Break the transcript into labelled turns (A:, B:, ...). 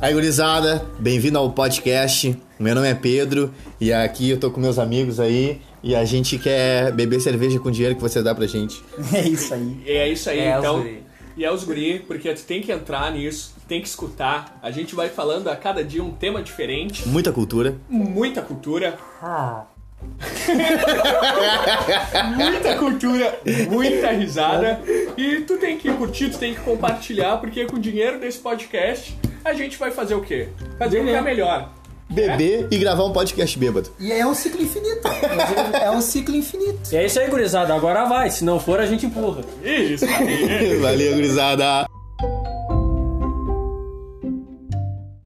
A: Aí, gurizada, bem-vindo ao podcast. Meu nome é Pedro e aqui eu tô com meus amigos aí e a gente quer beber cerveja com o dinheiro que você dá pra gente.
B: É isso aí.
C: E é isso aí,
D: É, os
C: então.
D: guri.
C: E é os guri, porque tu tem que entrar nisso, tu tem que escutar. A gente vai falando a cada dia um tema diferente,
A: Muita cultura.
C: muita cultura. muita cultura, muita risada. E tu tem que curtir, tu tem que compartilhar, porque com o dinheiro desse podcast a gente vai fazer o quê? Fazer o que é melhor.
A: Beber e gravar um podcast bêbado.
B: E é um ciclo infinito. É um ciclo infinito.
D: E é isso aí, gurizada. Agora vai. Se não for, a gente empurra.
C: Isso, aí.
A: Valeu, gurizada.